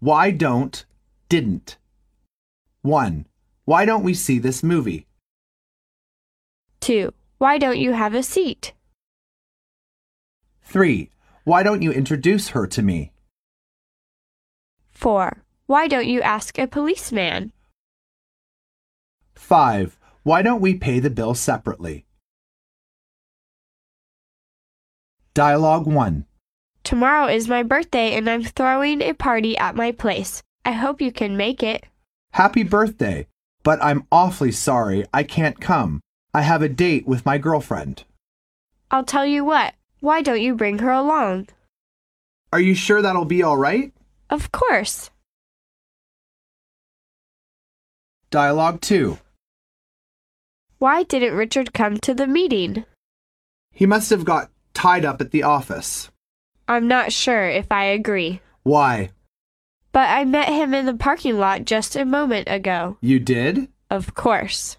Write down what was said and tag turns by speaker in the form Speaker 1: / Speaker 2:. Speaker 1: Why don't didn't? 1. Why don't we see this movie?
Speaker 2: 2. Why don't you have a seat?
Speaker 1: 3. Why don't you introduce her to me?
Speaker 2: 4. Why don't you ask a policeman?
Speaker 1: 5. Why don't we pay the bill separately? Dialogue 1.
Speaker 2: Tomorrow is my birthday and I'm throwing a party at my place. I hope you can make it.
Speaker 1: Happy birthday, but I'm awfully sorry I can't come. I have a date with my girlfriend.
Speaker 2: I'll tell you what, why don't you bring her along?
Speaker 1: Are you sure that'll be all right?
Speaker 2: Of course.
Speaker 1: Dialogue 2.
Speaker 2: Why didn't Richard come to the meeting?
Speaker 1: He must have got tied up at the office.
Speaker 2: I'm not sure if I agree,
Speaker 1: Why?
Speaker 2: but I met him in the parking lot just a moment ago.
Speaker 1: You did?
Speaker 2: Of course.